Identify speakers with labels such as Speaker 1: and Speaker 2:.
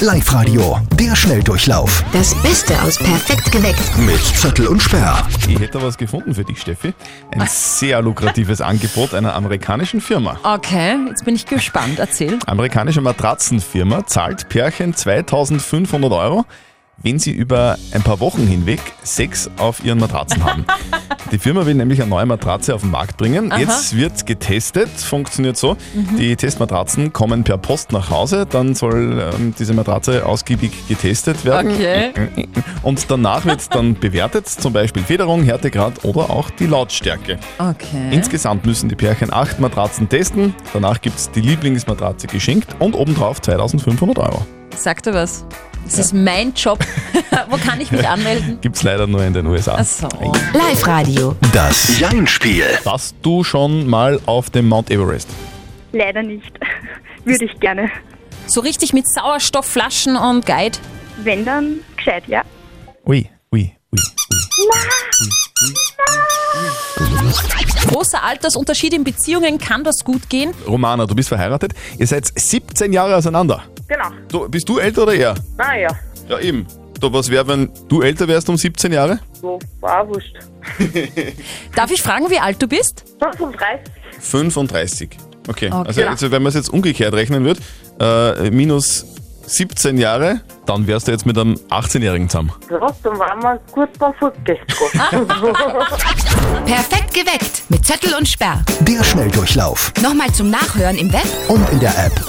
Speaker 1: Live-Radio, der Schnelldurchlauf
Speaker 2: Das Beste aus Perfekt geweckt.
Speaker 1: mit Zettel und Sperr.
Speaker 3: Ich hätte was gefunden für dich, Steffi. Ein sehr lukratives Angebot einer amerikanischen Firma.
Speaker 4: Okay, jetzt bin ich gespannt. Erzähl.
Speaker 3: Amerikanische Matratzenfirma zahlt Pärchen 2500 Euro, wenn sie über ein paar Wochen hinweg Sex auf ihren Matratzen haben. Die Firma will nämlich eine neue Matratze auf den Markt bringen. Jetzt wird getestet, funktioniert so. Die Testmatratzen kommen per Post nach Hause, dann soll ähm, diese Matratze ausgiebig getestet werden.
Speaker 4: Okay.
Speaker 3: Und danach wird dann bewertet, zum Beispiel Federung, Härtegrad oder auch die Lautstärke.
Speaker 4: Okay.
Speaker 3: Insgesamt müssen die Pärchen acht Matratzen testen. Danach gibt es die Lieblingsmatratze geschenkt und obendrauf 2500 Euro.
Speaker 4: Sag dir was. Das ist mein Job. Wo kann ich mich anmelden?
Speaker 3: Gibt es leider nur in den USA.
Speaker 4: Ach so.
Speaker 2: Live-Radio.
Speaker 1: Das Jein-Spiel.
Speaker 3: Warst du schon mal auf dem Mount Everest?
Speaker 5: Leider nicht. Würde ich gerne.
Speaker 4: So richtig mit Sauerstoffflaschen und Guide.
Speaker 5: Wenn dann gescheit, ja.
Speaker 3: Ui, ui, ui.
Speaker 4: Großer Altersunterschied in Beziehungen kann das gut gehen.
Speaker 3: Romana, du bist verheiratet. Ihr seid 17 Jahre auseinander.
Speaker 6: Genau.
Speaker 3: Du, bist du älter oder er?
Speaker 6: Naja,
Speaker 3: Ja, eben. Du, was wäre, wenn du älter wärst um 17 Jahre?
Speaker 6: so, war auch wurscht.
Speaker 4: Darf ich fragen, wie alt du bist?
Speaker 6: 35.
Speaker 3: 35. Okay,
Speaker 4: Okay.
Speaker 3: Also, also wenn man es jetzt umgekehrt rechnen wird, äh, minus 17 Jahre, dann wärst du jetzt mit einem 18-Jährigen zusammen.
Speaker 6: Trotzdem waren wir gut beim Fußgästen.
Speaker 2: Perfekt geweckt. Mit Zettel und Sperr.
Speaker 1: Der Schnelldurchlauf.
Speaker 2: Nochmal zum Nachhören im Web
Speaker 1: Und in der App.